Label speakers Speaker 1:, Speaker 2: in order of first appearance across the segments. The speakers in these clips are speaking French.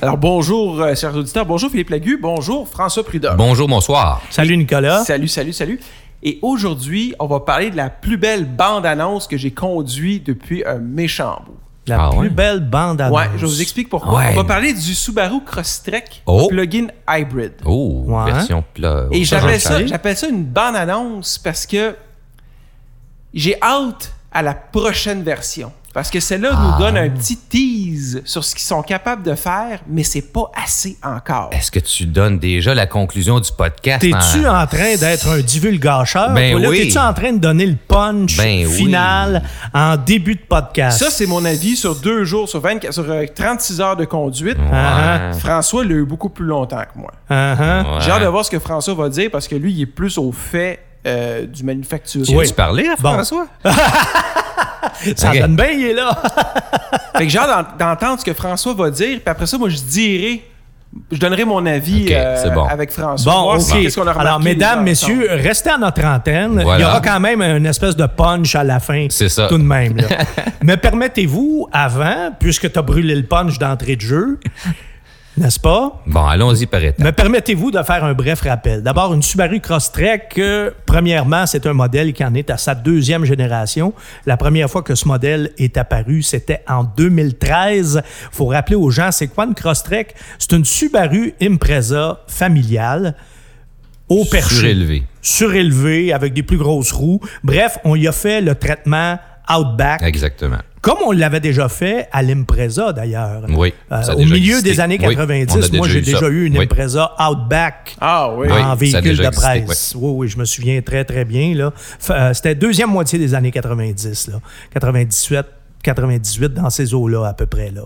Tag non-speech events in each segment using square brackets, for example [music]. Speaker 1: Alors bonjour, euh, chers auditeurs. Bonjour Philippe Lagu. Bonjour François
Speaker 2: Ah.
Speaker 1: Prudhomme.
Speaker 3: Bonjour, bonsoir.
Speaker 2: Salut Nicolas.
Speaker 1: Salut, salut, salut. Et aujourd'hui, on va parler de la plus belle bande-annonce que j'ai conduite depuis un méchant bout.
Speaker 2: La
Speaker 3: Ah
Speaker 2: plus
Speaker 3: ouais?
Speaker 2: belle bande annonce.
Speaker 1: Ouais, je vous explique pourquoi.
Speaker 3: Ah Ouais.
Speaker 1: On va parler du Subaru Crosstrek
Speaker 3: Oh.
Speaker 1: plug-in hybrid.
Speaker 3: Oh,
Speaker 2: Ouais.
Speaker 3: version plat. Oh,
Speaker 1: Et j'appelle
Speaker 3: Jean-Charles.
Speaker 1: ça, j'appelle ça une bande annonce parce que j'ai hâte à la prochaine version. Parce que celle-là
Speaker 3: Ah.
Speaker 1: nous donne un petit tease sur ce qu'ils sont capables de faire, mais c'est pas assez encore.
Speaker 3: Est-ce que tu donnes déjà la conclusion du podcast?
Speaker 2: T'es-tu en train d'être un divulgacheur?
Speaker 3: Ah. Ben
Speaker 2: toi, là?
Speaker 3: oui.
Speaker 2: T'es-tu en train de donner le punch
Speaker 3: Ben oui.
Speaker 2: final en début de podcast?
Speaker 1: Ça, c'est mon avis sur deux jours, sur, 24, sur euh, 36 heures de conduite.
Speaker 2: Ah,
Speaker 1: François l'a eu beaucoup plus longtemps que moi.
Speaker 2: ah, ah.
Speaker 3: Ouais.
Speaker 1: J'ai hâte de voir ce que François va dire parce que lui, il est plus au fait euh, du manufacturier.
Speaker 3: Tu
Speaker 2: Oui.
Speaker 3: as-tu parlé à
Speaker 2: Bon.
Speaker 3: François?
Speaker 2: Ça
Speaker 3: Ok.
Speaker 2: donne bien, il est là.
Speaker 1: Fait que j'ai hâte d'en- d'entendre ce que François va dire, puis après ça, moi, je dirai, je donnerai mon avis
Speaker 3: Ok,
Speaker 1: euh,
Speaker 3: c'est bon.
Speaker 1: avec François.
Speaker 2: Bon,
Speaker 1: Voir
Speaker 2: OK.
Speaker 1: si- qu'est-ce qu'on a remarqué,
Speaker 2: Alors,
Speaker 1: les
Speaker 2: mesdames,
Speaker 1: gens
Speaker 2: messieurs, restez à notre antenne. Il y
Speaker 3: Voilà.
Speaker 2: aura quand même une espèce de punch à la fin.
Speaker 3: C'est ça.
Speaker 2: Tout de
Speaker 3: [laughs]
Speaker 2: même. là. Mais permettez-vous, avant, puisque tu as brûlé le punch d'entrée de jeu, n'est-ce pas?
Speaker 3: Bon, allons-y par étapes.
Speaker 2: Me permettez-vous de faire un bref rappel. D'abord, une Subaru Crosstrek, euh, premièrement, c'est un modèle qui en est à sa deuxième génération. La première fois que ce modèle est apparu, c'était en 2013. faut rappeler aux gens, c'est quoi une Crosstrek? C'est une Subaru Impreza familiale au perché.
Speaker 3: Surélevé.
Speaker 2: Surélevée, avec des plus grosses roues. Bref, on y a fait le traitement Outback.
Speaker 3: Exactement.
Speaker 2: Comme on l'avait déjà fait à l'Impreza, d'ailleurs.
Speaker 3: Oui,
Speaker 2: Euh,
Speaker 3: ça a
Speaker 2: au
Speaker 3: déjà
Speaker 2: milieu
Speaker 3: existé.
Speaker 2: des années
Speaker 3: Oui,
Speaker 2: 90,
Speaker 3: on a déjà
Speaker 2: moi, j'ai
Speaker 3: eu ça.
Speaker 2: déjà eu une
Speaker 3: Oui.
Speaker 2: Impreza Outback
Speaker 1: Ah oui.
Speaker 3: Oui.
Speaker 2: en
Speaker 3: ça a
Speaker 2: véhicule
Speaker 3: déjà
Speaker 2: de
Speaker 3: existé,
Speaker 2: presse. Oui. oui, je me souviens très, très bien. là. F- euh, C'était deuxième moitié des années 90, là. 98, 98, dans ces eaux-là, à peu près. là.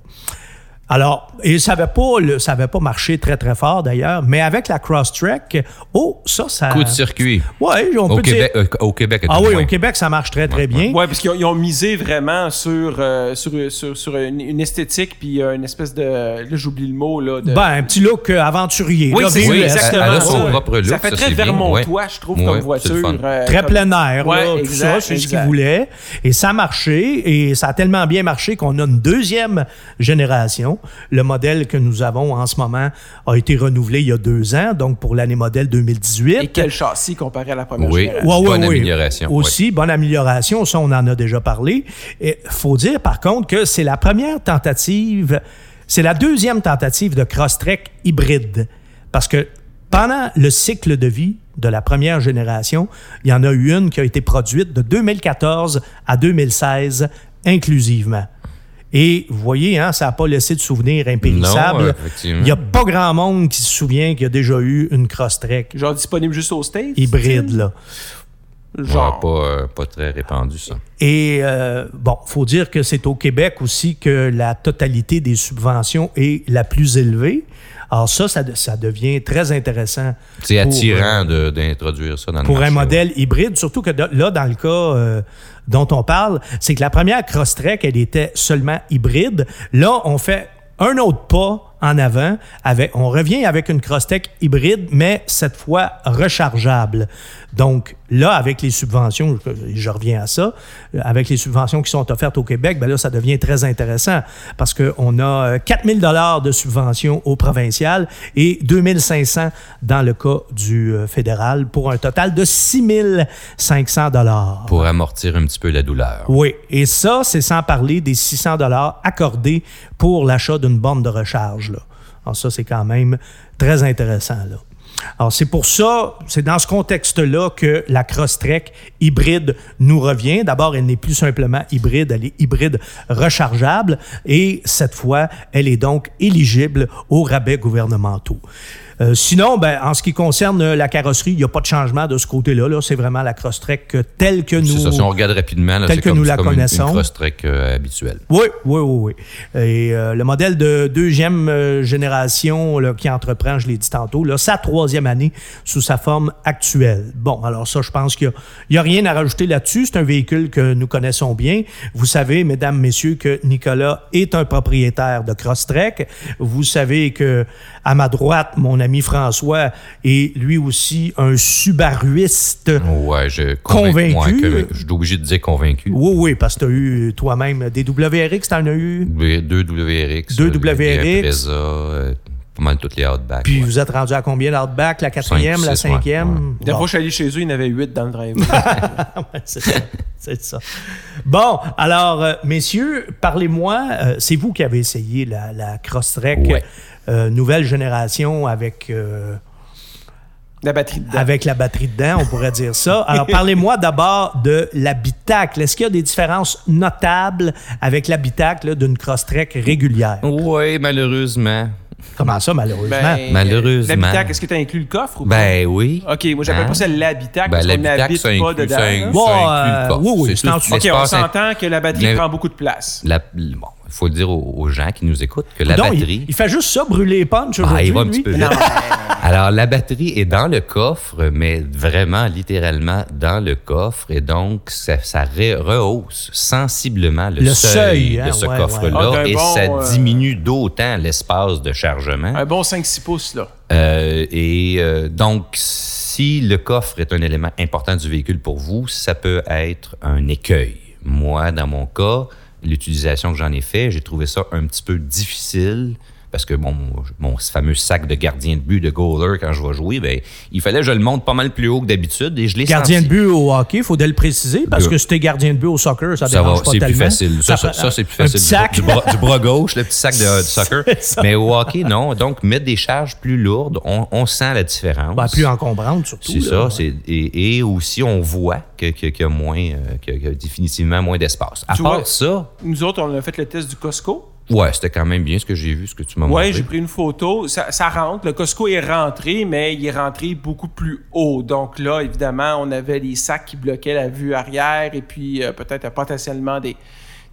Speaker 2: Alors, et ça n'avait pas, le- ça avait pas marché très, très fort, d'ailleurs. Mais avec la Crosstrek, oh, ça, ça...
Speaker 3: Coup de circuit.
Speaker 2: Oui, on
Speaker 3: Au
Speaker 2: peut
Speaker 3: Québec,
Speaker 2: dire...
Speaker 3: euh, au Québec, à
Speaker 2: Ah
Speaker 3: tout
Speaker 2: oui,
Speaker 3: le moins.
Speaker 2: au Québec, ça marche très, très bien.
Speaker 1: Ouais, parce qu'ils ont, ils ont misé vraiment sur, euh, sur, sur, sur une, une esthétique, puis euh, une espèce de. Là, j'oublie le mot, là. De...
Speaker 2: Ben, un petit look euh, aventurier.
Speaker 1: oui,
Speaker 2: là, E
Speaker 1: c'est
Speaker 2: VUS.
Speaker 3: oui,
Speaker 1: exactement.
Speaker 2: euh,
Speaker 3: elle a son
Speaker 1: ça.
Speaker 3: propre look,
Speaker 1: ça fait
Speaker 3: ça,
Speaker 1: très
Speaker 3: c'est bien.
Speaker 1: Vermontois, je trouve,
Speaker 3: Ouais.
Speaker 1: comme
Speaker 3: Ouais, c'est le
Speaker 1: voiture.
Speaker 3: fun.
Speaker 1: euh,
Speaker 2: Très
Speaker 1: comme-
Speaker 2: plein air,
Speaker 1: Ouais,
Speaker 2: là, tout
Speaker 1: exact,
Speaker 2: ça, c'est ce qu'ils
Speaker 1: exact.
Speaker 2: voulaient. Et ça a marché, et ça a tellement bien marché qu'on a une deuxième génération. Le modèle que nous avons en ce moment a été renouvelé il y a deux ans, donc pour l'année modèle 2018.
Speaker 1: Et quel châssis comparé à la première
Speaker 3: Oui.
Speaker 1: génération.
Speaker 2: Ouais, ouais,
Speaker 3: Bonne
Speaker 2: ouais.
Speaker 3: amélioration,
Speaker 2: Aussi, bonne amélioration, ça, on en a déjà parlé. Il faut dire, par contre, que c'est la première tentative, c'est la deuxième tentative de cross-trek hybride. Parce que pendant le cycle de vie de la première génération, il y en a eu une qui a été produite de 2014 à 2016 inclusivement. Et vous voyez, hein, ça n'a pas laissé de souvenirs impérissables.
Speaker 3: Non, euh, effectivement.
Speaker 2: il n'y a pas grand monde qui se souvient qu'il y a déjà eu une cross-trek
Speaker 1: Genre disponible juste au States.
Speaker 2: hybride. Là.
Speaker 1: Genre.
Speaker 3: Ouais, pas, euh, pas très répandu, ça.
Speaker 2: Et euh, bon, faut dire que c'est au Québec aussi que la totalité des subventions est la plus élevée. Alors ça, ça, de- ça devient très intéressant.
Speaker 3: C'est
Speaker 2: pour, euh,
Speaker 3: attirant de- d'introduire ça dans le
Speaker 2: pour un
Speaker 3: marché,
Speaker 2: modèle hybride, surtout que de- là, dans le cas euh, dont on parle, c'est que la première Crosstrek, elle était seulement hybride. Là, on fait un autre pas en avant. Avec, on revient avec une Crosstrek hybride, mais cette fois rechargeable. Donc là, avec les subventions, je, je reviens à ça, euh, avec les subventions qui sont offertes au Québec, ben là, ça devient très intéressant parce qu'on a 4000 dollars de subventions au provincial et 2500 dans le cas du euh, fédéral pour un total de 6500 dollars.
Speaker 3: Pour amortir un petit peu la douleur.
Speaker 2: Oui, et ça, c'est sans parler des 600 dollars accordés pour l'achat d'une borne de recharge. Là. Alors ça, c'est quand même très intéressant. Là. Alors c'est pour ça, c'est dans ce contexte-là que la Crosstrek hybride nous revient. D'abord, elle n'est plus simplement hybride, elle est hybride rechargeable et cette fois, elle est donc éligible aux rabais gouvernementaux. Euh, sinon, ben, en ce qui concerne euh, la carrosserie, il n'y a pas de changement de ce côté-là. Là. C'est vraiment la Crosstrek euh, telle que
Speaker 3: C'est
Speaker 2: nous...
Speaker 3: ça, si on regarde rapidement, là,
Speaker 2: Telle
Speaker 3: c'est
Speaker 2: que
Speaker 3: comme,
Speaker 2: nous
Speaker 3: c'est
Speaker 2: la
Speaker 3: comme une-
Speaker 2: connaissons.
Speaker 3: une cross-track euh, habituelle.
Speaker 2: Oui, oui, oui, oui. Et euh, le modèle de deuxième euh, génération là, qui entreprend, je l'ai dit tantôt, là, sa troisième année sous sa forme actuelle. Bon, alors ça, je pense qu'il n'y a, rien à rajouter là-dessus. C'est un véhicule que nous connaissons bien. Vous savez, mesdames, messieurs, que Nicolas est un propriétaire de Crosstrek. Vous savez que à ma droite, mon ami ami François est lui aussi un Subaruiste.
Speaker 3: Ouais, je
Speaker 2: Convaincu.
Speaker 3: ouais, que- je suis obligé de dire convaincu.
Speaker 2: Oui, oui, parce que tu as eu toi-même des WRX, tu en as eu.
Speaker 3: Deux WRX. euh,
Speaker 2: Deux
Speaker 3: des
Speaker 2: WRX.
Speaker 3: Impreza, euh, pas mal toutes les hardbacks.
Speaker 2: Puis
Speaker 3: ouais.
Speaker 2: vous êtes rendu à combien l'outback, la quatrième,
Speaker 3: Cinq,
Speaker 2: la
Speaker 3: six, ouais,
Speaker 2: cinquième?
Speaker 1: La
Speaker 2: Bon.
Speaker 1: fois, je suis allé chez eux, il y en avait huit dans le
Speaker 2: [laughs]
Speaker 1: drive.
Speaker 2: Ouais, c'est ça. C'est ça. Bon, alors, euh, messieurs, parlez-moi. euh, c'est vous qui avez essayé la, la Crosstrek
Speaker 3: Ouais.
Speaker 2: euh, nouvelle génération avec, euh,
Speaker 1: la batterie dedans.
Speaker 2: avec la batterie dedans, on pourrait dire ça.
Speaker 3: [laughs]
Speaker 2: Alors, parlez-moi d'abord de l'habitacle. Est-ce qu'il y a des différences notables avec l'habitacle d'une Crosstrek régulière?
Speaker 3: Oh. Ouais, malheureusement.
Speaker 2: Comment ça, malheureusement?
Speaker 1: Ben,
Speaker 3: Malheureusement.
Speaker 1: L'habitacle, est-ce que tu as inclus le coffre ou pas?
Speaker 3: Ben oui.
Speaker 1: OK, moi, j'appelle
Speaker 3: Hein?
Speaker 1: pas ça l'habitacle
Speaker 3: Ben,
Speaker 1: parce qu'on
Speaker 3: l'habitacle,
Speaker 1: n'habite
Speaker 3: ça
Speaker 1: pas
Speaker 3: inclut,
Speaker 1: dedans.
Speaker 3: ça
Speaker 1: hein.
Speaker 3: inclut,
Speaker 2: Bon,
Speaker 3: ça inclut
Speaker 2: euh,
Speaker 3: le coffre.
Speaker 2: oui, oui,
Speaker 3: C'est
Speaker 2: c'est
Speaker 3: tout
Speaker 2: en-
Speaker 3: l'espace
Speaker 1: OK, on
Speaker 3: int-
Speaker 1: s'entend que la batterie
Speaker 3: Mais-
Speaker 1: prend beaucoup de place.
Speaker 3: La, bon, il faut le dire aux, aux gens qui nous écoutent que la
Speaker 2: Donc, il-
Speaker 3: batterie.
Speaker 2: Il, fait juste ça, brûler les punch
Speaker 3: Ah,
Speaker 2: aujourd'hui,
Speaker 3: il va un
Speaker 2: lui.
Speaker 3: petit peu vite. Alors, la batterie est dans le coffre, mais vraiment, littéralement, dans le coffre. Et donc, ça, ça re- rehausse sensiblement le,
Speaker 2: Le
Speaker 3: seuil,
Speaker 2: seuil, hein,
Speaker 3: de ce
Speaker 2: ouais,
Speaker 3: coffre-là.
Speaker 1: ouais. Ah, d'un
Speaker 3: et
Speaker 1: bon,
Speaker 3: ça
Speaker 1: euh,
Speaker 3: diminue d'autant l'espace de chargement.
Speaker 1: Un bon 5-6 pouces, là.
Speaker 3: Euh, et euh, donc, si le coffre est un élément important du véhicule pour vous, ça peut être un écueil. Moi, dans mon cas, l'utilisation que j'en ai fait, j'ai trouvé ça un petit peu difficile parce que mon, mon fameux sac de gardien de but de goaler, quand je vais jouer, ben, il fallait que je le monte pas mal plus haut que d'habitude et je l'ai
Speaker 2: Gardien
Speaker 3: senti.
Speaker 2: de but au hockey, il faut le préciser, parce
Speaker 3: Deux.
Speaker 2: que si t'es gardien de but au soccer, ça,
Speaker 3: Ça va,
Speaker 2: dérange pas
Speaker 3: c'est
Speaker 2: tellement.
Speaker 3: plus facile. Ça, ça,
Speaker 2: prend
Speaker 3: ça, c'est plus
Speaker 2: un
Speaker 3: facile.
Speaker 2: petit
Speaker 3: Du
Speaker 2: sac.
Speaker 3: bras- Du, bras, du bras gauche, le petit sac de,
Speaker 2: [laughs]
Speaker 3: de soccer.
Speaker 2: C'est ça.
Speaker 3: Mais au hockey, non. Donc, mettre des charges plus lourdes, on, on sent la différence.
Speaker 2: Ben, plus encombrante, surtout.
Speaker 3: C'est
Speaker 2: là.
Speaker 3: ça. c'est- Et, et aussi, on voit que- que- qu'il y a moins, euh, qu'il y a- qu'il y a définitivement moins d'espace. À
Speaker 1: Tu
Speaker 3: part
Speaker 1: vois-
Speaker 3: ça,
Speaker 1: Nous autres, on a fait le test du Costco.
Speaker 3: ouais, c'était quand même bien ce que j'ai vu, ce que tu m'as
Speaker 1: Oui,
Speaker 3: montré.
Speaker 1: j'ai pris une photo. Ça, ça rentre. Le Costco est rentré, mais il est rentré beaucoup plus haut. Donc là, évidemment, on avait les sacs qui bloquaient la vue arrière et puis euh, peut-être euh, potentiellement des,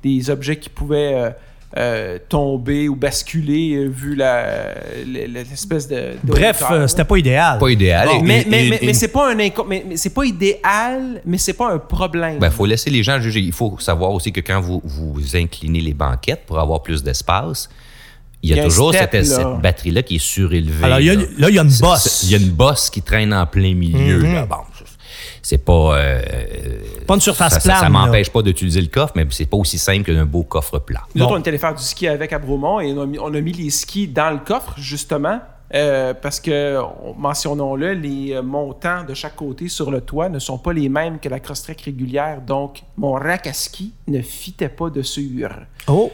Speaker 1: des objets qui pouvaient euh, euh, tomber ou basculer euh, vu la- le- le- l'espèce de, de
Speaker 2: Bref,
Speaker 1: hauteur,
Speaker 2: euh,
Speaker 1: là.
Speaker 2: c'était pas idéal.
Speaker 3: Pas idéal.
Speaker 1: Bon,
Speaker 3: Et-
Speaker 1: mais
Speaker 3: et-
Speaker 1: mais,
Speaker 3: et-
Speaker 1: mais-
Speaker 3: et-
Speaker 1: mais c'est pas un inco- mais, mais c'est pas idéal, mais c'est pas un problème.
Speaker 3: Ben, faut laisser les gens juger. Il faut savoir aussi que quand vous, vous inclinez les banquettes pour avoir plus d'espace, il y a,
Speaker 1: Il y a un
Speaker 3: toujours
Speaker 1: step,
Speaker 3: cette,
Speaker 1: là.
Speaker 3: cette batterie-là qui est surélevée.
Speaker 2: Alors, il y a-
Speaker 3: là.
Speaker 2: là, il y a une
Speaker 3: C'est-
Speaker 2: bosse. Mhm.
Speaker 3: c'est- Il y a une bosse qui traîne en plein milieu. là. Bon, c'est- c'est pas. euh,
Speaker 2: Pas une surface
Speaker 3: ça- ça- Ça
Speaker 2: plane, là.
Speaker 3: m'empêche pas d'utiliser le coffre, mais c'est pas aussi simple qu'un beau coffre plat.
Speaker 1: Nous autres,
Speaker 2: Bon.
Speaker 1: on est allé faire du ski avec à Bromont et on a mis, on a mis les skis dans le coffre, justement, euh, parce que, on- mentionnons-le, les euh, montants de chaque côté sur le toit ne sont pas les mêmes que la cross-track régulière. Donc, mon rack à ski ne fitait pas dessus.
Speaker 2: Oh,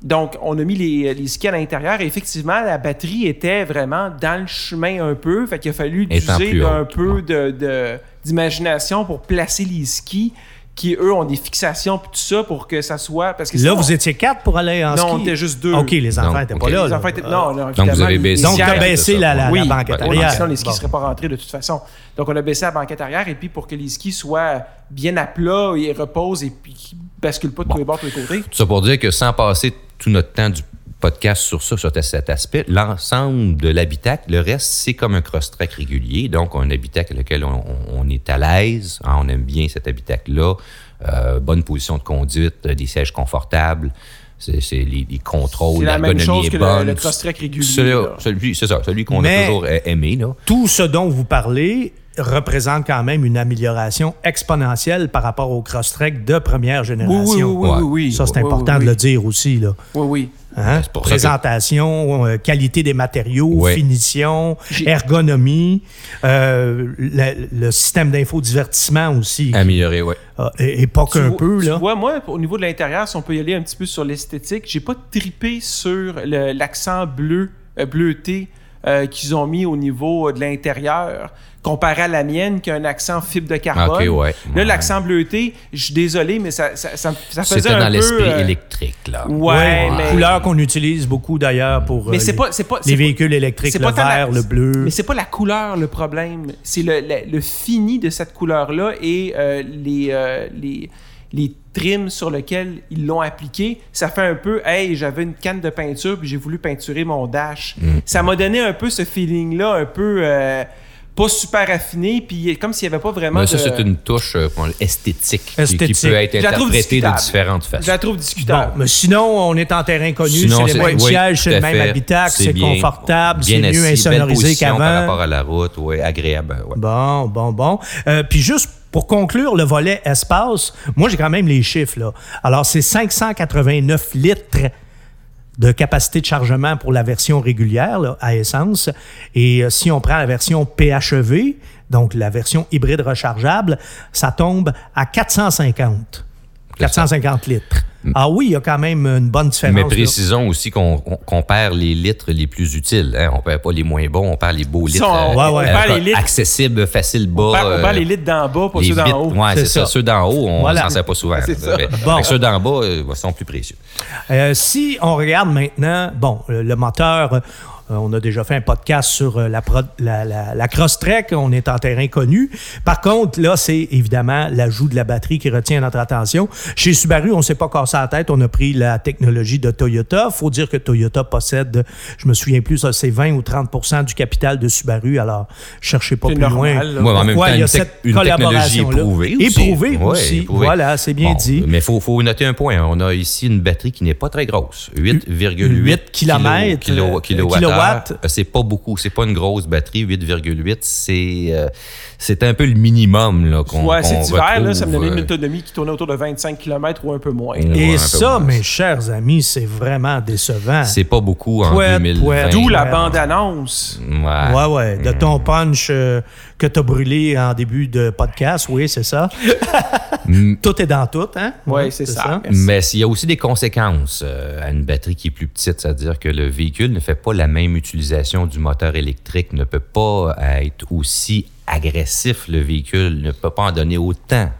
Speaker 1: Donc, on a mis les, les skis à l'intérieur et effectivement, la batterie était vraiment dans le chemin un peu. Fait qu'il a fallu
Speaker 3: Étant
Speaker 1: user
Speaker 3: plus
Speaker 1: d'un
Speaker 3: haute,
Speaker 1: peu
Speaker 3: ouais.
Speaker 1: de- de- d'imagination pour placer les skis qui, eux, ont des fixations puis tout ça pour que ça soit... Parce que
Speaker 2: là,
Speaker 1: sinon-
Speaker 2: vous étiez quatre pour aller en
Speaker 1: Non,
Speaker 2: ski.
Speaker 1: on était juste deux.
Speaker 2: OK, les enfants
Speaker 3: Non,
Speaker 2: n'étaient
Speaker 3: OK.
Speaker 2: pas là.
Speaker 1: Les
Speaker 2: là.
Speaker 1: enfants étaient- Non, non,
Speaker 3: Donc, vous
Speaker 1: évidemment,
Speaker 3: avez
Speaker 1: les-
Speaker 3: baissé.
Speaker 1: les
Speaker 2: Donc,
Speaker 1: skis
Speaker 2: t'as
Speaker 1: arrière-
Speaker 2: baissé la- la-
Speaker 1: oui,
Speaker 3: ben,
Speaker 2: banquette
Speaker 1: ouais,
Speaker 2: arrière.
Speaker 1: Sinon, les skis
Speaker 2: Bon.
Speaker 1: ne seraient pas rentrés de toute façon. Donc, on a baissé la banquette arrière. Et puis, pour que les skis soient bien à plat et reposent et puis qu'ils ne basculent pas de tous les bords, de tous les côtés.
Speaker 3: Tout ça pour dire que sans passer tout notre temps du podcast sur ça, sur cet aspect, l'ensemble de l'habitacle, le reste, c'est comme un cross-track régulier. Donc, un habitacle lequel on, on- on est à l'aise, hein, on aime bien cet habitacle-là, euh, bonne position de conduite, euh, des sièges confortables, c'est c'est les, les contrôles,
Speaker 1: C'est la même
Speaker 3: l'ergonomie
Speaker 1: chose
Speaker 3: est
Speaker 1: que le-
Speaker 3: bonne.
Speaker 1: le cross-track régulier, là.
Speaker 3: Celui- Celui, c'est ça, celui qu'on
Speaker 2: Mais-
Speaker 3: a toujours euh, aimé. Là.
Speaker 2: Tout ce dont vous parlez représente quand même une amélioration exponentielle par rapport au Crosstrek de première génération.
Speaker 3: oui, oui, oui.
Speaker 2: Ça, c'est
Speaker 1: Oui,
Speaker 2: important
Speaker 1: oui,
Speaker 2: de le dire aussi. Là.
Speaker 1: Oui, oui.
Speaker 2: Hein?
Speaker 3: Ben, C'est pour ça que-
Speaker 2: Présentation, euh, qualité des matériaux,
Speaker 3: Ouais.
Speaker 2: finition,
Speaker 1: J'ai-
Speaker 2: ergonomie, euh, le, le système d'infodivertissement aussi,
Speaker 3: Améliorer, oui.
Speaker 2: Ah, et, et pas
Speaker 1: Tu
Speaker 2: qu'un
Speaker 1: vois-
Speaker 2: peu.
Speaker 1: tu
Speaker 2: Là.
Speaker 1: vois, moi, au niveau de l'intérieur, si on peut y aller un petit peu sur l'esthétique, j'ai pas tripé sur le- l'accent bleu, euh, bleuté euh, qu'ils ont mis au niveau euh, de l'intérieur, comparé à la mienne qui a un accent fibre de carbone.
Speaker 3: Ah, Ok, ouais.
Speaker 1: Là,
Speaker 3: Ouais.
Speaker 1: l'accent bleuté, je suis désolé, mais ça, ça, ça, ça faisait
Speaker 3: C'était
Speaker 1: un
Speaker 3: dans
Speaker 1: peu,
Speaker 3: l'esprit
Speaker 1: euh,
Speaker 3: électrique. Là.
Speaker 1: Ouais,
Speaker 2: Ouais,
Speaker 1: mais-
Speaker 2: couleur qu'on utilise beaucoup d'ailleurs pour euh,
Speaker 1: Mais c'est
Speaker 2: les,
Speaker 1: pas, c'est pas,
Speaker 2: les
Speaker 1: c'est pas-
Speaker 2: véhicules électriques,
Speaker 1: c'est
Speaker 2: le
Speaker 1: pas tant la-
Speaker 2: vert, le bleu.
Speaker 1: Mais c'est pas la couleur le problème, c'est le, le- le fini de cette couleur-là et euh, les, euh, les, les trims sur lesquels ils l'ont appliqué. Ça fait un peu, hey, j'avais une canne de
Speaker 3: Mm.
Speaker 1: peinture puis j'ai voulu peinturer mon dash. Ça m'a donné un peu ce feeling-là, un peu. euh, pas super affiné, puis comme s'il n'y avait pas vraiment.
Speaker 3: Mais ça,
Speaker 1: de-
Speaker 3: c'est une touche euh, qu'on- esthétique, qui- qui,
Speaker 2: Esthétique.
Speaker 3: peut être
Speaker 1: Je la trouve
Speaker 3: interprétée de
Speaker 1: discutable.
Speaker 3: différentes façons.
Speaker 1: Je la trouve
Speaker 2: Bon,
Speaker 1: discutable.
Speaker 2: mais sinon, on est en terrain connu,
Speaker 3: Sinon,
Speaker 2: c'est les mêmes
Speaker 3: oui,
Speaker 2: sièges, c'est
Speaker 3: tout
Speaker 2: le
Speaker 3: à
Speaker 2: même
Speaker 3: fait.
Speaker 2: habitacle, c'est
Speaker 3: bien-
Speaker 2: confortable,
Speaker 3: bien
Speaker 2: c'est mieux
Speaker 3: assis, belle
Speaker 2: insonorisé
Speaker 3: position Par
Speaker 2: qu'avant.
Speaker 3: rapport à la route, ouais, agréable. ouais.
Speaker 2: Bon, bon, bon. Euh, puis juste pour conclure le volet espace, moi j'ai quand même les chiffres là. Alors c'est 589 litres de capacité de chargement pour la version régulière là, à essence. Et euh, si on prend la version PHEV, donc la version hybride rechargeable, ça tombe à 450. 450 litres. Ah oui, il y a quand même une bonne différence.
Speaker 3: Mais
Speaker 2: là.
Speaker 3: précisons aussi qu'on on- qu'on perd les litres les plus utiles. Hein. On perd pas les moins bons, on perd les beaux litres. euh,
Speaker 1: on-
Speaker 2: ouais, ouais.
Speaker 1: On perd les litres-
Speaker 3: Accessibles, faciles, bas.
Speaker 1: On bat
Speaker 3: euh,
Speaker 1: les litres d'en bas, pas
Speaker 3: les
Speaker 1: ceux
Speaker 3: vite-
Speaker 1: d'en haut.
Speaker 3: ouais,
Speaker 2: C'est
Speaker 3: c'est ça.
Speaker 2: ça.
Speaker 3: Ceux d'en haut, on
Speaker 2: Voilà.
Speaker 3: s'en sert pas souvent.
Speaker 1: C'est ça.
Speaker 3: Fait que
Speaker 2: Bon.
Speaker 3: Ceux d'en bas euh, sont plus précieux.
Speaker 2: Euh, si on regarde maintenant, bon, le, le moteur, euh, on a déjà fait un podcast sur euh, la, pro- la, la, la Crosstrek, on est en terrain connu. Par contre, là, c'est évidemment l'ajout de la batterie qui retient notre attention. Chez Subaru, on s'est pas cassé la tête, on a pris la technologie de Toyota. faut dire que Toyota possède, je me souviens plus, ça, c'est 20 ou 30 du capital de Subaru, alors cherchez pas
Speaker 1: C'est
Speaker 2: plus
Speaker 1: normal,
Speaker 2: loin.
Speaker 1: là.
Speaker 3: Ouais, mais en même
Speaker 2: Pourquoi
Speaker 3: temps,
Speaker 2: il y
Speaker 3: une
Speaker 2: a
Speaker 3: tec-
Speaker 2: cette
Speaker 3: une technologie
Speaker 2: collaboration-là?
Speaker 3: éprouvée aussi.
Speaker 2: Éprouvée
Speaker 3: Ouais,
Speaker 2: aussi,
Speaker 3: éprouvée.
Speaker 2: voilà, c'est bien
Speaker 3: Bon,
Speaker 2: dit.
Speaker 3: Mais il faut, faut noter un point. On a ici une batterie qui n'est pas très grosse. 8,8
Speaker 2: 8
Speaker 3: kilo-
Speaker 2: kilomètres,
Speaker 3: kilo-
Speaker 2: euh,
Speaker 3: kilowattheures.
Speaker 2: kilowatts.
Speaker 3: C'est pas beaucoup. C'est pas une grosse batterie. 8,8, c'est euh, c'est un peu le minimum là, qu'on
Speaker 1: Ouais,
Speaker 3: qu'on
Speaker 1: c'est hiver, là, ça me donnait
Speaker 3: retrouve,
Speaker 1: une
Speaker 3: euh,
Speaker 1: autonomie qui tournait autour de 25 km ou un peu moins.
Speaker 3: Ouais, un
Speaker 2: Et
Speaker 3: peu
Speaker 2: ça,
Speaker 3: moins.
Speaker 2: mes chers amis, c'est vraiment décevant.
Speaker 3: C'est pas beaucoup en
Speaker 2: Pouette,
Speaker 3: 2020.
Speaker 2: pouette.
Speaker 1: D'où la
Speaker 2: Ouais.
Speaker 1: bande-annonce.
Speaker 3: Ouais.
Speaker 2: Ouais, ouais, de ton punch euh, que t'as brûlé en début de podcast, oui,
Speaker 3: [laughs]
Speaker 2: c'est ça.
Speaker 3: Mm.
Speaker 2: tout est dans tout, hein?
Speaker 1: Oui, c'est ça. Merci.
Speaker 3: Mais il y a aussi des conséquences euh, à une batterie qui est plus petite, c'est-à-dire que le véhicule ne fait pas la même utilisation du moteur électrique, ne peut pas être aussi agressif, le véhicule ne peut pas en donner autant.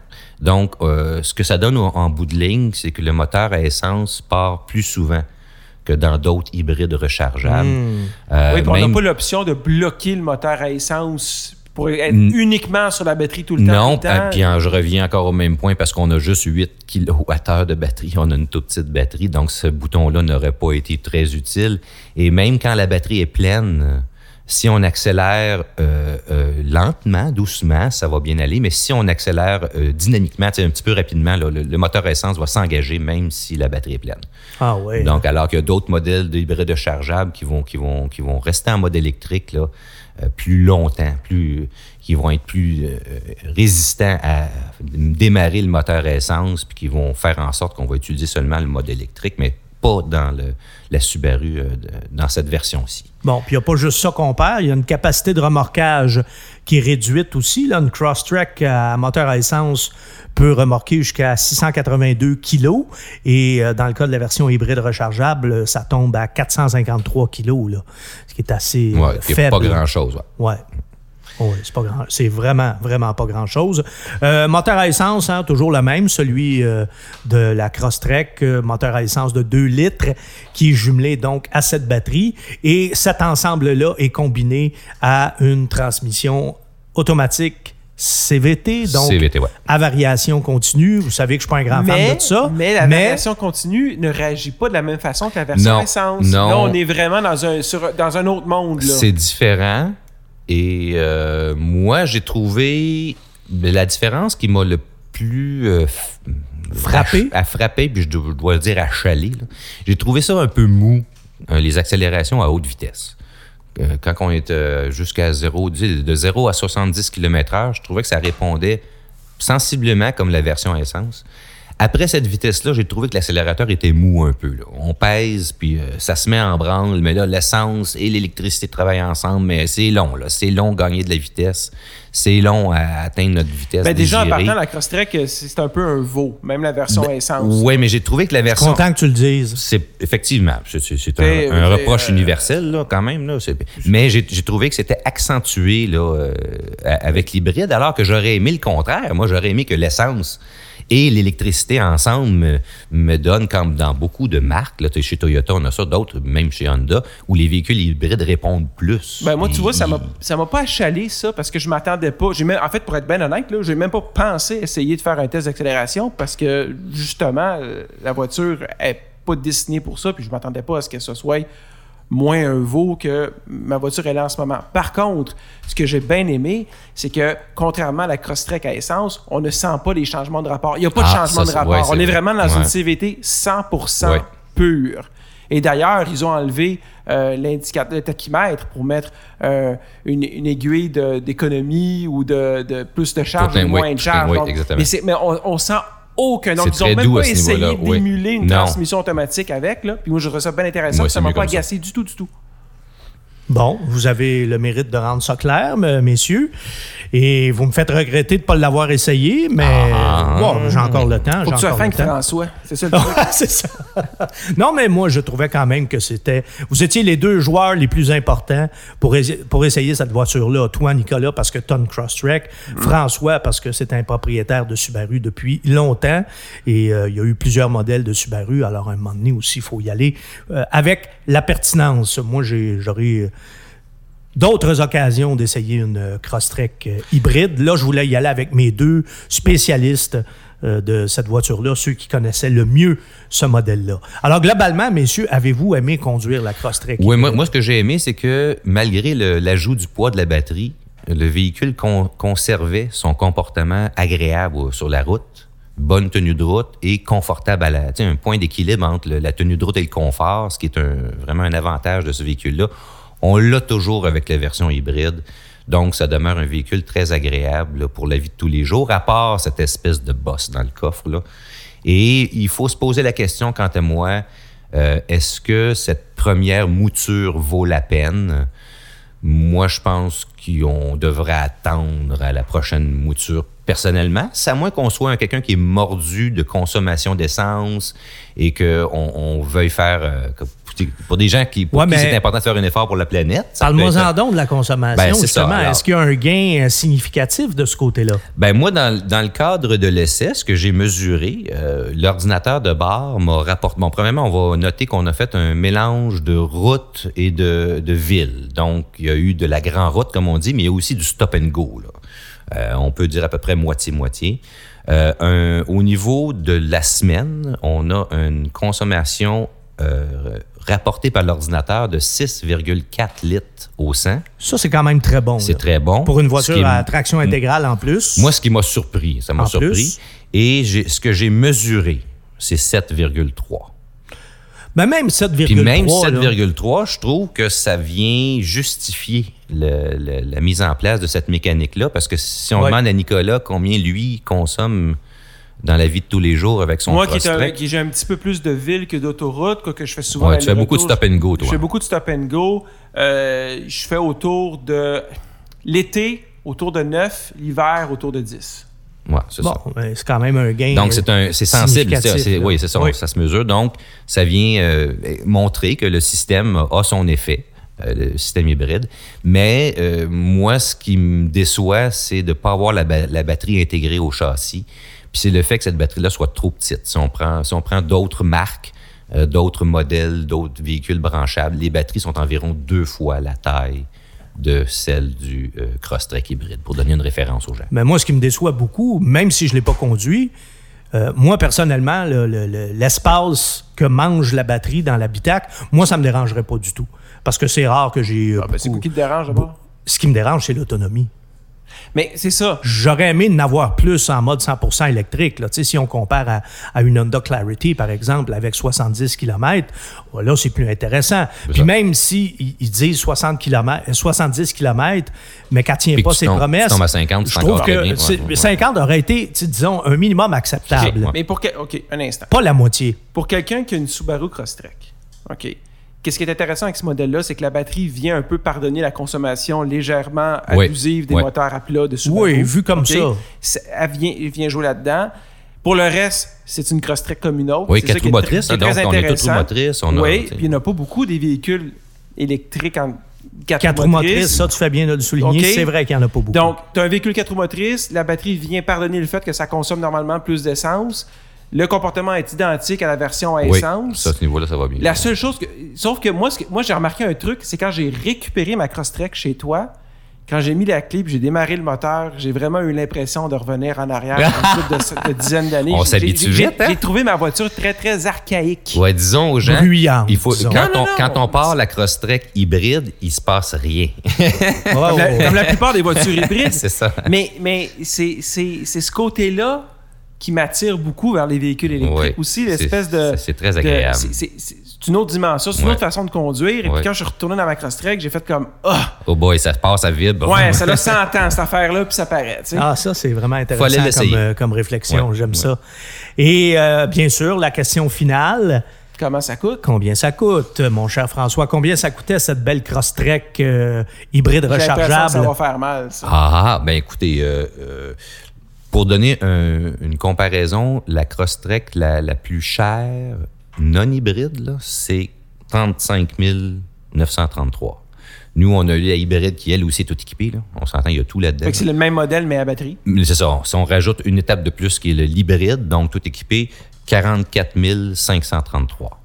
Speaker 3: Donc, euh, ce que ça donne en- en bout de ligne, c'est que le moteur à essence part plus souvent que dans d'autres hybrides rechargeables. Euh,
Speaker 1: Hmm. oui, puis on
Speaker 3: même-
Speaker 1: n'a pas l'option de bloquer le moteur à essence pour être
Speaker 3: Mm.
Speaker 1: uniquement sur la batterie tout le temps.
Speaker 3: Non, euh, ah,
Speaker 1: tout le temps.
Speaker 3: puis en- je reviens encore au même point parce qu'on a juste 8 kWh de batterie. On a une toute petite batterie, donc ce bouton-là n'aurait pas été très utile. Et même quand la batterie est pleine, euh, si on accélère euh, euh, lentement, doucement, ça va bien aller. Mais si on accélère euh, dynamiquement, tu sais, un petit peu rapidement, là, le, le moteur à essence va s'engager même si la batterie est pleine.
Speaker 2: Ah oui.
Speaker 3: Donc, alors qu'il y a d'autres modèles d'hybrides chargeables qui vont, qui, vont, qui vont rester en mode électrique là, euh, plus longtemps, plus, qui vont être plus euh, résistants à démarrer le moteur à essence, puis qui vont faire en sorte qu'on va utiliser seulement le mode électrique, mais pas dans le, la Subaru, euh, de- dans cette version-ci.
Speaker 2: Bon, puis il n'y a pas juste ça qu'on perd, il y a une capacité de remorquage qui est réduite aussi. Là, une Crosstrek à moteur à essence peut remorquer jusqu'à 682 kilos et euh, dans le cas de la version hybride rechargeable, euh, ça tombe à 453 kilos, là, ce qui est assez euh,
Speaker 3: Ouais, qui est
Speaker 2: faible.
Speaker 3: pas grand-chose. ouais.
Speaker 2: Ouais. Ouais, c'est pas grand. C'est vraiment, vraiment pas grand chose. moteur à essence, hein, toujours le même, celui euh, de la Crosstrek, euh, moteur à essence de 2 litres, qui est jumelé donc à cette batterie. Et cet ensemble-là est combiné à une transmission automatique CVT, donc
Speaker 3: CVT, ouais.
Speaker 2: à variation continue. Vous savez que je suis pas un grand fan
Speaker 1: Mais,
Speaker 2: de ça.
Speaker 1: mais la version continue ne réagit pas de la même façon que la version
Speaker 3: Non,
Speaker 1: essence.
Speaker 3: non.
Speaker 1: Là, on est vraiment dans un, sur- dans un autre monde. Là.
Speaker 3: C'est différent. Et euh, moi, j'ai trouvé la différence qui m'a le plus euh, f-
Speaker 2: Frappé?
Speaker 3: À, à frapper, puis je dois, je dois dire à chaler. là. J'ai trouvé ça un peu mou, euh, les accélérations à haute vitesse. Euh, quand on est euh, jusqu'à 0, du- de 0 à 70 km/h, je trouvais que ça répondait sensiblement comme la version essence. Après cette vitesse-là, j'ai trouvé que l'accélérateur était mou un peu. là. On pèse, puis euh, ça se met en branle, mais là, l'essence et l'électricité travaillent ensemble, mais c'est long. là. C'est long gagner de la vitesse. C'est long à atteindre notre vitesse.
Speaker 1: Ben, déjà, en
Speaker 3: désirée.
Speaker 1: partant, la Crosstrek, euh, c'est c'est un peu un veau, même la version
Speaker 3: Ben,
Speaker 1: essence.
Speaker 3: Oui, mais j'ai trouvé que la version
Speaker 2: Content que tu le dises.
Speaker 3: C'est effectivement, c'est- c'est c'est
Speaker 1: T'es-
Speaker 3: un, un
Speaker 1: t'es,
Speaker 3: reproche
Speaker 1: euh,
Speaker 3: universel là, quand même. Là, c'est- mais j'ai j'ai trouvé que c'était accentué là, euh, à- avec l'hybride, alors que j'aurais aimé le contraire. Moi, j'aurais aimé que l'essence et l'électricité ensemble me, me donnent, comme dans beaucoup de marques, là, t'sais, chez Toyota, on a ça, d'autres, même chez Honda, où les véhicules hybrides répondent plus.
Speaker 1: Ben, moi, tu
Speaker 3: Ils-
Speaker 1: vois, ça
Speaker 3: ils-
Speaker 1: m'a ça m'a pas achalé, ça, parce que je m'attendais pas. J'ai même- en fait, pour être bien honnête, là, j'ai même pas pensé essayer de faire un test d'accélération parce que, justement, euh, la voiture est pas dessinée pour ça, puis je m'attendais pas à ce que ce soit moins un veau que ma voiture est là en ce moment. Par contre, ce que j'ai bien aimé, c'est que contrairement à la Crosstrek à essence, on ne sent pas les changements de rapport. Il n'y a pas
Speaker 3: Ah,
Speaker 1: de changement
Speaker 3: ça,
Speaker 1: de
Speaker 3: c'est-
Speaker 1: rapport.
Speaker 3: ouais,
Speaker 1: on
Speaker 3: c'est
Speaker 1: est
Speaker 3: vrai.
Speaker 1: vraiment dans
Speaker 3: Ouais.
Speaker 1: une CVT 100%
Speaker 3: Ouais.
Speaker 1: pure. Et d'ailleurs, ils ont enlevé euh, l'indicateur de tachymètre pour mettre euh, une, une aiguille de- d'économie ou de, de plus de charge
Speaker 3: Pour
Speaker 1: ou
Speaker 3: teint-
Speaker 1: moins
Speaker 3: oui,
Speaker 1: de charge.
Speaker 3: teint- oui,
Speaker 1: Donc,
Speaker 3: exactement.
Speaker 1: mais, c'est- mais on, on sent aucun ordre.
Speaker 3: C'est
Speaker 1: Ils
Speaker 3: très
Speaker 1: ont même
Speaker 3: doux
Speaker 1: pas
Speaker 3: à ce
Speaker 1: essayé
Speaker 3: niveau-là, oui.
Speaker 1: d'émuler une
Speaker 3: Non.
Speaker 1: transmission automatique avec. Là. Puis moi, je trouve ça bien intéressant.
Speaker 3: Moi,
Speaker 1: puis ça
Speaker 3: c'est
Speaker 1: m'a
Speaker 3: mieux
Speaker 1: pas
Speaker 3: comme ça.
Speaker 1: agacé du tout, du tout.
Speaker 2: Bon, vous avez le mérite de rendre ça clair, me- messieurs. Et vous me faites regretter de ne pas l'avoir essayé, mais
Speaker 3: Ah.
Speaker 2: bon, j'ai encore le temps.
Speaker 1: Faut
Speaker 2: j'ai
Speaker 1: que tu sois
Speaker 2: encore
Speaker 1: fan
Speaker 2: le
Speaker 1: de
Speaker 2: temps.
Speaker 1: François. C'est ça le truc.
Speaker 2: Ouais, [laughs] c'est ça. non, mais moi, je trouvais quand même que c'était. Vous étiez les deux joueurs les plus importants pour, essa- pour essayer cette voiture-là. Toi, Nicolas, parce que Ton Crosstrek. François, parce que c'est un propriétaire de Subaru depuis longtemps. Et euh, il y a eu plusieurs modèles de Subaru. Alors, à un moment donné aussi, il faut y aller euh, avec la pertinence. Moi, j'ai- j'aurais. euh, D'autres occasions d'essayer une euh, Crosstrek euh, hybride. Là, je voulais y aller avec mes deux spécialistes euh, de cette voiture-là, ceux qui connaissaient le mieux ce modèle-là. Alors, globalement, messieurs, avez-vous aimé conduire la Crosstrek?
Speaker 3: Oui, moi, moi, ce que j'ai aimé, c'est que malgré le- l'ajout du poids de la batterie, le véhicule con- conservait son comportement agréable sur la route, bonne tenue de route et confortable à la. tu sais, un point d'équilibre entre le- la tenue de route et le confort, ce qui est un- vraiment un avantage de ce véhicule-là. On l'a toujours avec la version hybride. Donc, ça demeure un véhicule très agréable là, pour la vie de tous les jours, à part cette espèce de bosse dans le coffre. Là. Et il faut se poser la question, quant à moi, euh, est-ce que cette première mouture vaut la peine? Moi, je pense qu'on devrait attendre à la prochaine mouture personnellement, c'est à moins qu'on soit un- quelqu'un qui est mordu de consommation d'essence et qu'on on veuille faire... euh, que- pour des gens qui, pour
Speaker 2: Ouais,
Speaker 3: qui
Speaker 2: mais-
Speaker 3: c'est important de faire un effort pour la planète. ça peut être-
Speaker 2: Parle-moi-en donc de la consommation,
Speaker 3: Ben, c'est ça,
Speaker 2: justement.
Speaker 3: alors.
Speaker 2: Est-ce qu'il y a un gain euh, significatif de ce côté-là?
Speaker 3: Ben moi, dans, le- dans le cadre de l'essai, ce que j'ai mesuré, euh, l'ordinateur de bord m'a rapporté. Bon, premièrement, on va noter qu'on a fait un mélange de route et de, de ville. Donc, il y a eu de la grande route, comme on dit, mais il y a aussi du stop and go. là. Euh, on peut dire à peu près moitié-moitié. Euh, un- au niveau de la semaine, on a une consommation euh, rapportée par l'ordinateur de 6,4 litres au 100.
Speaker 2: Ça, c'est quand même très bon.
Speaker 3: C'est
Speaker 2: Oh là.
Speaker 3: très bon.
Speaker 2: Pour une
Speaker 3: Ce qui
Speaker 2: voiture
Speaker 3: est-
Speaker 2: à traction intégrale en plus.
Speaker 3: moi, ce qui m'a surpris, ça m'a
Speaker 2: En
Speaker 3: surpris.
Speaker 2: plus.
Speaker 3: Et j'ai- ce que j'ai mesuré, c'est 7,3.
Speaker 2: mais même 7,3.
Speaker 3: Puis même
Speaker 2: là.
Speaker 3: 7,3, je trouve que ça vient justifier le- le- la mise en place de cette mécanique-là, parce que si on
Speaker 2: Ouais.
Speaker 3: demande à Nicolas combien lui consomme dans la vie de tous les jours avec son
Speaker 1: Moi qui, est un-
Speaker 3: Crosstrek,
Speaker 1: qui j'ai un petit peu plus de ville que d'autoroute, quoi que je fais souvent.
Speaker 3: ouais, tu fais
Speaker 1: aller-retour,
Speaker 3: beaucoup de stop and go,
Speaker 1: Je
Speaker 3: toi.
Speaker 1: fais beaucoup de stop and go. Euh, je fais autour de l'été autour de 9, l'hiver autour de 10.
Speaker 3: Ouais, c'est
Speaker 2: Bon,
Speaker 3: ça.
Speaker 2: ben, c'est quand même un gain.
Speaker 3: Donc,
Speaker 2: euh,
Speaker 3: c'est un, c'est sensible.
Speaker 2: significatif,
Speaker 3: c'est- c'est-
Speaker 2: là.
Speaker 3: oui, c'est ça,
Speaker 2: Oui.
Speaker 3: ça se mesure. Donc, ça vient euh, montrer que le système a son effet, euh, le système hybride. Mais euh, moi, ce qui me déçoit, c'est de ne pas avoir la, ba- la batterie intégrée au châssis. Puis c'est le fait que cette batterie-là soit trop petite. Si on prend, si on prend d'autres marques, euh, d'autres modèles, d'autres véhicules branchables, les batteries sont environ deux fois la taille de celle du euh, Crosstrek hybride, pour donner une référence aux gens.
Speaker 2: Mais moi, ce qui me déçoit beaucoup, même si je ne l'ai pas conduit, euh, moi, personnellement, le- le- le- l'espace que mange la batterie dans l'habitacle, moi, ça ne me dérangerait pas du tout. Parce que c'est rare que j'ai. euh,
Speaker 1: Ah, ben, c'est quoi
Speaker 2: beaucoup-
Speaker 1: qui te dérange d'abord?
Speaker 2: Ce qui me dérange, c'est l'autonomie.
Speaker 1: Mais c'est ça.
Speaker 2: J'aurais aimé en avoir plus en mode 100 électrique. Là. Tu sais, Si on compare à, à une Honda Clarity, par exemple, avec 70 km, là, c'est plus intéressant. Puis
Speaker 3: ça.
Speaker 2: même si ils- ils disent 60 km, 70 km, mais qu'elle ne tient
Speaker 3: Puis
Speaker 2: pas
Speaker 3: que tu
Speaker 2: ses
Speaker 3: tombes- tu
Speaker 2: promesses,
Speaker 3: tombes à 50,
Speaker 2: je
Speaker 3: c'est
Speaker 2: trouve
Speaker 3: encore
Speaker 2: que
Speaker 3: très bien. Ouais,
Speaker 2: c'est-
Speaker 3: ouais, ouais.
Speaker 2: 50 aurait été, tu sais, disons, un minimum acceptable.
Speaker 3: Ok,
Speaker 1: Mais pour que- OK, un instant.
Speaker 2: Pas la moitié.
Speaker 1: Pour quelqu'un qui a une Subaru Crosstrek, OK. Qu'est-ce qui est intéressant avec ce modèle-là, c'est que la batterie vient un peu pardonner la consommation légèrement
Speaker 3: Oui,
Speaker 1: abusive des
Speaker 3: oui.
Speaker 1: moteurs à plat de Subaru.
Speaker 2: Oui, vu comme
Speaker 1: OK.
Speaker 2: ça.
Speaker 1: C'est- Elle vient, elle vient jouer là-dedans. Pour le reste, c'est une Crosstrek comme une autre.
Speaker 3: Oui,
Speaker 1: C'est
Speaker 3: quatre
Speaker 1: ça qui
Speaker 3: roues
Speaker 1: est tr-
Speaker 3: motrices,
Speaker 1: qui est
Speaker 3: hein, donc
Speaker 1: très
Speaker 3: on a toutes
Speaker 1: intéressant.
Speaker 3: roues motrices, on a-
Speaker 1: oui,
Speaker 3: tu sais.
Speaker 1: puis il n'y en a pas beaucoup des véhicules électriques en quatre,
Speaker 2: Quatre roues motrices, ça, tu fais bien de le souligner.
Speaker 1: OK.
Speaker 2: C'est vrai qu'il n'y en a pas beaucoup.
Speaker 1: donc, tu as un véhicule 4 roues motrices, la batterie vient pardonner le fait que ça consomme normalement plus d'essence. Le comportement est identique à la version à
Speaker 3: Oui,
Speaker 1: essence.
Speaker 3: ça, à ce niveau-là, ça va bien.
Speaker 1: La seule chose que. Sauf que moi, ce que- moi j'ai remarqué un truc, c'est quand j'ai récupéré ma Crosstrek chez toi, Quand j'ai mis la clé puis j'ai démarré le moteur, j'ai vraiment eu l'impression de revenir en arrière
Speaker 3: [laughs]
Speaker 1: une couple de, so- de dizaines d'années.
Speaker 3: On
Speaker 1: J'ai- j'ai-
Speaker 3: s'habitue
Speaker 1: j'ai-
Speaker 3: vite, hein?
Speaker 1: J'ai trouvé ma voiture très, très archaïque.
Speaker 3: Ouais, disons aux gens.
Speaker 2: Bruyante,
Speaker 3: il faut,
Speaker 2: disons.
Speaker 3: quand,
Speaker 1: Non, non,
Speaker 3: on,
Speaker 1: non.
Speaker 3: quand on part la cross-trek hybride, il se passe rien. [laughs]
Speaker 2: Oh,
Speaker 1: Comme,
Speaker 2: oh,
Speaker 1: la, comme la plupart des voitures hybrides.
Speaker 3: C'est ça.
Speaker 1: Mais, mais c'est c'est- c'est ce côté-là qui m'attire beaucoup vers les véhicules électriques
Speaker 3: Ouais.
Speaker 1: aussi, l'espèce
Speaker 3: C'est-
Speaker 1: de...
Speaker 3: c'est- C'est très
Speaker 1: de-
Speaker 3: agréable.
Speaker 1: c'est- c'est- C'est une autre dimension, c'est une
Speaker 3: Ouais.
Speaker 1: autre façon de conduire. Et
Speaker 3: Ouais.
Speaker 1: puis quand je suis retourné dans ma cross-track, j'ai fait comme « Ah!
Speaker 3: Oh boy, ça passe à vide.
Speaker 1: Ouais, ça a 100 ans, cette affaire-là, puis ça paraît. tu sais.
Speaker 2: Ah, ça, c'est vraiment
Speaker 3: Faut aller
Speaker 2: intéressant
Speaker 3: l'essayer.
Speaker 2: comme, euh, comme réflexion.
Speaker 3: Ouais,
Speaker 2: J'aime
Speaker 3: ouais.
Speaker 2: ça. Et euh, bien sûr, la question finale,
Speaker 1: Comment ça coûte?
Speaker 2: combien ça coûte, mon cher François? Combien ça coûtait cette belle cross-trek euh, hybride
Speaker 1: J'ai l'impression que ça
Speaker 2: rechargeable?
Speaker 1: va faire mal, ça.
Speaker 3: [laughs] Ah, ben écoutez, euh, euh, pour donner un- une comparaison, la Crosstrek la, la plus chère non hybride, là, c'est 35 933. Nous, on a eu la hybride qui, elle aussi, est tout équipée. là. On s'entend, il y a tout là-dedans.
Speaker 1: Fait que c'est le même modèle, mais à batterie.
Speaker 3: Mais C'est ça. on- Si on rajoute une étape de plus qui est le l'hybride, donc tout équipé, 44 533.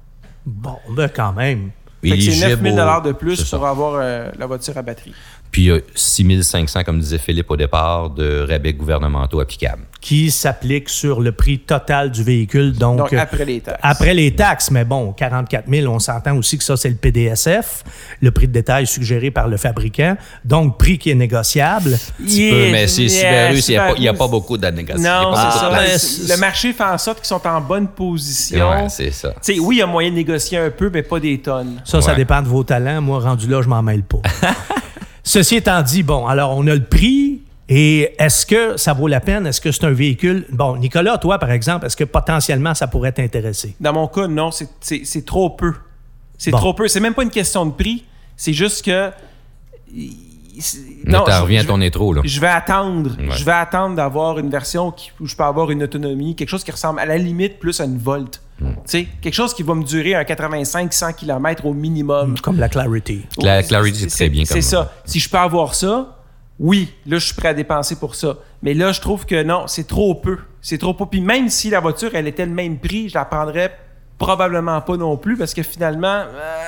Speaker 2: Bon, ben quand même.
Speaker 1: Fait que c'est
Speaker 3: Éligible
Speaker 1: 9 000
Speaker 3: au-
Speaker 1: dollars de plus
Speaker 3: oh, c'est ça.
Speaker 1: pour avoir euh, la voiture à batterie.
Speaker 3: Puis euh, 6 500, comme disait Philippe au départ, de rabais gouvernementaux applicables.
Speaker 2: Qui s'applique sur le prix total du véhicule, donc,
Speaker 1: Donc,
Speaker 2: euh,
Speaker 1: après les taxes.
Speaker 2: après les taxes. Mais bon, 44 000, on s'entend aussi que ça, c'est le PDSF, le prix de détail suggéré par le fabricant. Donc, prix qui est négociable.
Speaker 3: petit peu, mais c'est
Speaker 1: Yeah,
Speaker 3: Subaru, il n'y a,
Speaker 1: Subaru.
Speaker 3: pas- il y a pas beaucoup de négociations. Il y a
Speaker 1: Non,
Speaker 3: pas
Speaker 1: c'est
Speaker 3: beaucoup de
Speaker 1: ça.
Speaker 3: place.
Speaker 1: Le-
Speaker 2: c'est-
Speaker 1: Le marché fait en sorte qu'ils sont en bonne position.
Speaker 3: Ouais, c'est ça.
Speaker 1: Tu sais, oui, il y a moyen de négocier un peu, mais pas des tonnes.
Speaker 2: Ça, ça
Speaker 3: Ouais.
Speaker 2: dépend de vos talents. Moi, rendu là, je m'en
Speaker 3: [laughs]
Speaker 2: mêle pas. Ceci étant dit, bon, alors on a le prix. Et est-ce que ça vaut la peine? Est-ce que c'est un véhicule? Bon, Nicolas, toi, par exemple, est-ce que potentiellement ça pourrait t'intéresser?
Speaker 1: Dans mon cas, non, c'est- c'est c'est trop peu. C'est
Speaker 2: Bon.
Speaker 1: trop peu. C'est même pas une question de prix. C'est juste que.
Speaker 3: Mais t'en
Speaker 1: je-
Speaker 3: reviens à
Speaker 1: je-
Speaker 3: ton intro, là.
Speaker 1: Je vais attendre.
Speaker 3: Ouais.
Speaker 1: Je vais attendre d'avoir une version qui- où je peux avoir une autonomie, quelque chose qui ressemble à la limite plus à une volt.
Speaker 3: Mm.
Speaker 1: Tu sais, quelque chose qui va me durer un 85-100 km au minimum.
Speaker 2: Comme la Clarity.
Speaker 3: Mm. La Clarity, c'est très bien comme
Speaker 1: C'est ça. Si je peux avoir ça, oui, là, je suis prêt à dépenser pour ça. Mais là, je trouve que non, c'est trop peu. C'est trop peu. Puis même si la voiture, elle était le même prix, je la prendrais probablement pas non plus parce que finalement, euh,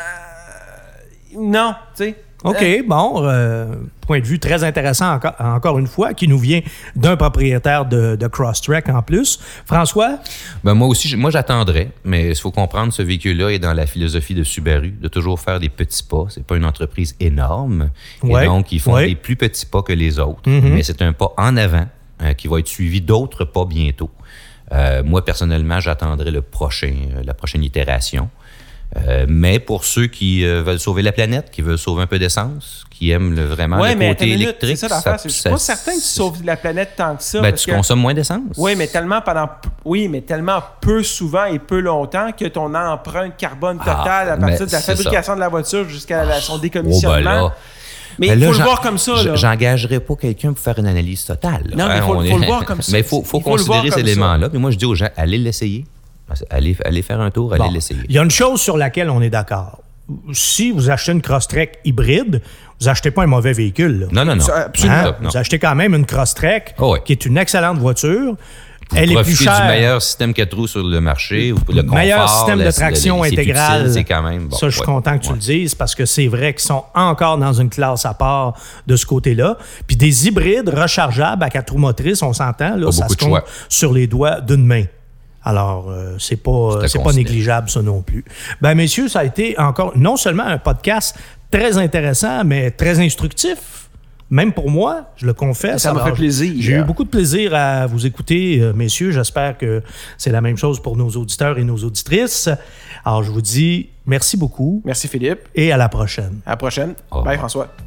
Speaker 1: non, tu sais.
Speaker 2: OK, bon, euh, point de vue très intéressant encore, encore une fois, qui nous vient d'un propriétaire de, de Crosstrek en plus. François,
Speaker 3: Ben, moi aussi, je- moi j'attendrais, mais il faut comprendre, ce véhicule-là est dans la philosophie de Subaru, de toujours faire des petits pas. C'est pas une entreprise énorme.
Speaker 2: Ouais.
Speaker 3: Et donc, ils font
Speaker 2: Ouais.
Speaker 3: des plus petits pas que les autres.
Speaker 1: Mm-hmm.
Speaker 3: Mais c'est un pas en avant euh, qui va être suivi d'autres pas bientôt. Euh, moi, personnellement, j'attendrai le prochain, euh, la prochaine itération. Euh, mais pour ceux qui euh, veulent sauver la planète, qui veulent sauver un peu d'essence, qui aiment le- vraiment
Speaker 1: ouais,
Speaker 3: le
Speaker 1: mais attends
Speaker 3: côté
Speaker 1: une minute,
Speaker 3: électrique,
Speaker 1: c'est ça l'affaire. c'est- Je suis pas certain que tu sauves la planète tant que ça.
Speaker 3: Ben,
Speaker 1: parce
Speaker 3: tu
Speaker 1: que-
Speaker 3: consommes moins d'essence.
Speaker 1: Oui, mais tellement pendant oui, mais tellement peu souvent et peu longtemps que ton empreinte carbone totale
Speaker 3: Ah,
Speaker 1: à partir
Speaker 3: mais
Speaker 1: de la
Speaker 3: c'est ça.
Speaker 1: fabrication de la voiture jusqu'à la- son
Speaker 3: Oh, ben
Speaker 1: décommissionnement.
Speaker 3: là.
Speaker 1: mais
Speaker 3: Ben
Speaker 1: il
Speaker 3: là,
Speaker 1: faut le
Speaker 3: j'en-
Speaker 1: voir comme ça.
Speaker 3: j-
Speaker 1: là.
Speaker 3: J'engagerai pas quelqu'un pour faire une analyse totale.
Speaker 1: Non, mais
Speaker 3: Hein,
Speaker 1: faut-
Speaker 3: on
Speaker 1: faut le voir
Speaker 3: [laughs]
Speaker 1: comme ça.
Speaker 3: Mais il faut, faut
Speaker 1: Il faut le voir
Speaker 3: considérer
Speaker 1: comme
Speaker 3: ces
Speaker 1: ça.
Speaker 3: éléments-là. Puis moi, je dis aux gens, allez l'essayer. Allez, allez faire un tour, allez
Speaker 2: Bon,
Speaker 3: l'essayer.
Speaker 2: Il y a une chose sur laquelle on est d'accord. Si vous achetez une Crosstrek hybride, vous achetez pas un mauvais véhicule. là.
Speaker 3: Non, non, non.
Speaker 1: Ça, absolument.
Speaker 3: Non,
Speaker 2: Hein?
Speaker 3: non.
Speaker 2: Vous achetez quand même une Crosstrek,
Speaker 3: Oh oui.
Speaker 2: qui est une excellente voiture. Elle est
Speaker 3: Profitez
Speaker 2: plus chère.
Speaker 3: du meilleur système 4 roues sur le marché, ou le confort,
Speaker 2: meilleur système
Speaker 3: la-
Speaker 2: de
Speaker 3: la-
Speaker 2: traction
Speaker 3: c'est utile,
Speaker 2: intégrale.
Speaker 3: C'est quand même bon.
Speaker 2: Ça, je suis
Speaker 3: Ouais.
Speaker 2: content que tu
Speaker 3: Ouais.
Speaker 2: le dises parce que c'est vrai qu'ils sont encore dans une classe à part de ce côté-là. Puis des hybrides rechargeables à quatre roues motrices, on s'entend, là,
Speaker 3: Pas
Speaker 2: ça
Speaker 3: beaucoup
Speaker 2: se
Speaker 3: de
Speaker 2: compte
Speaker 3: choix.
Speaker 2: sur les doigts d'une main. Alors, euh, c'est pas, euh,
Speaker 3: à
Speaker 2: c'est pas
Speaker 3: considérer.
Speaker 2: négligeable, ça non plus. Ben, messieurs, ça a été encore non seulement un podcast très intéressant, mais très instructif. Même pour moi, je le confesse.
Speaker 1: Ça m'a
Speaker 2: Alors,
Speaker 1: fait plaisir.
Speaker 2: J'ai eu beaucoup de plaisir à vous écouter, euh, messieurs. J'espère que c'est la même chose pour nos auditeurs et nos auditrices. Alors, je vous dis merci beaucoup
Speaker 1: Merci Philippe.
Speaker 2: et à la prochaine.
Speaker 1: À la prochaine.
Speaker 3: Au
Speaker 1: Bye
Speaker 3: revoir.
Speaker 1: François.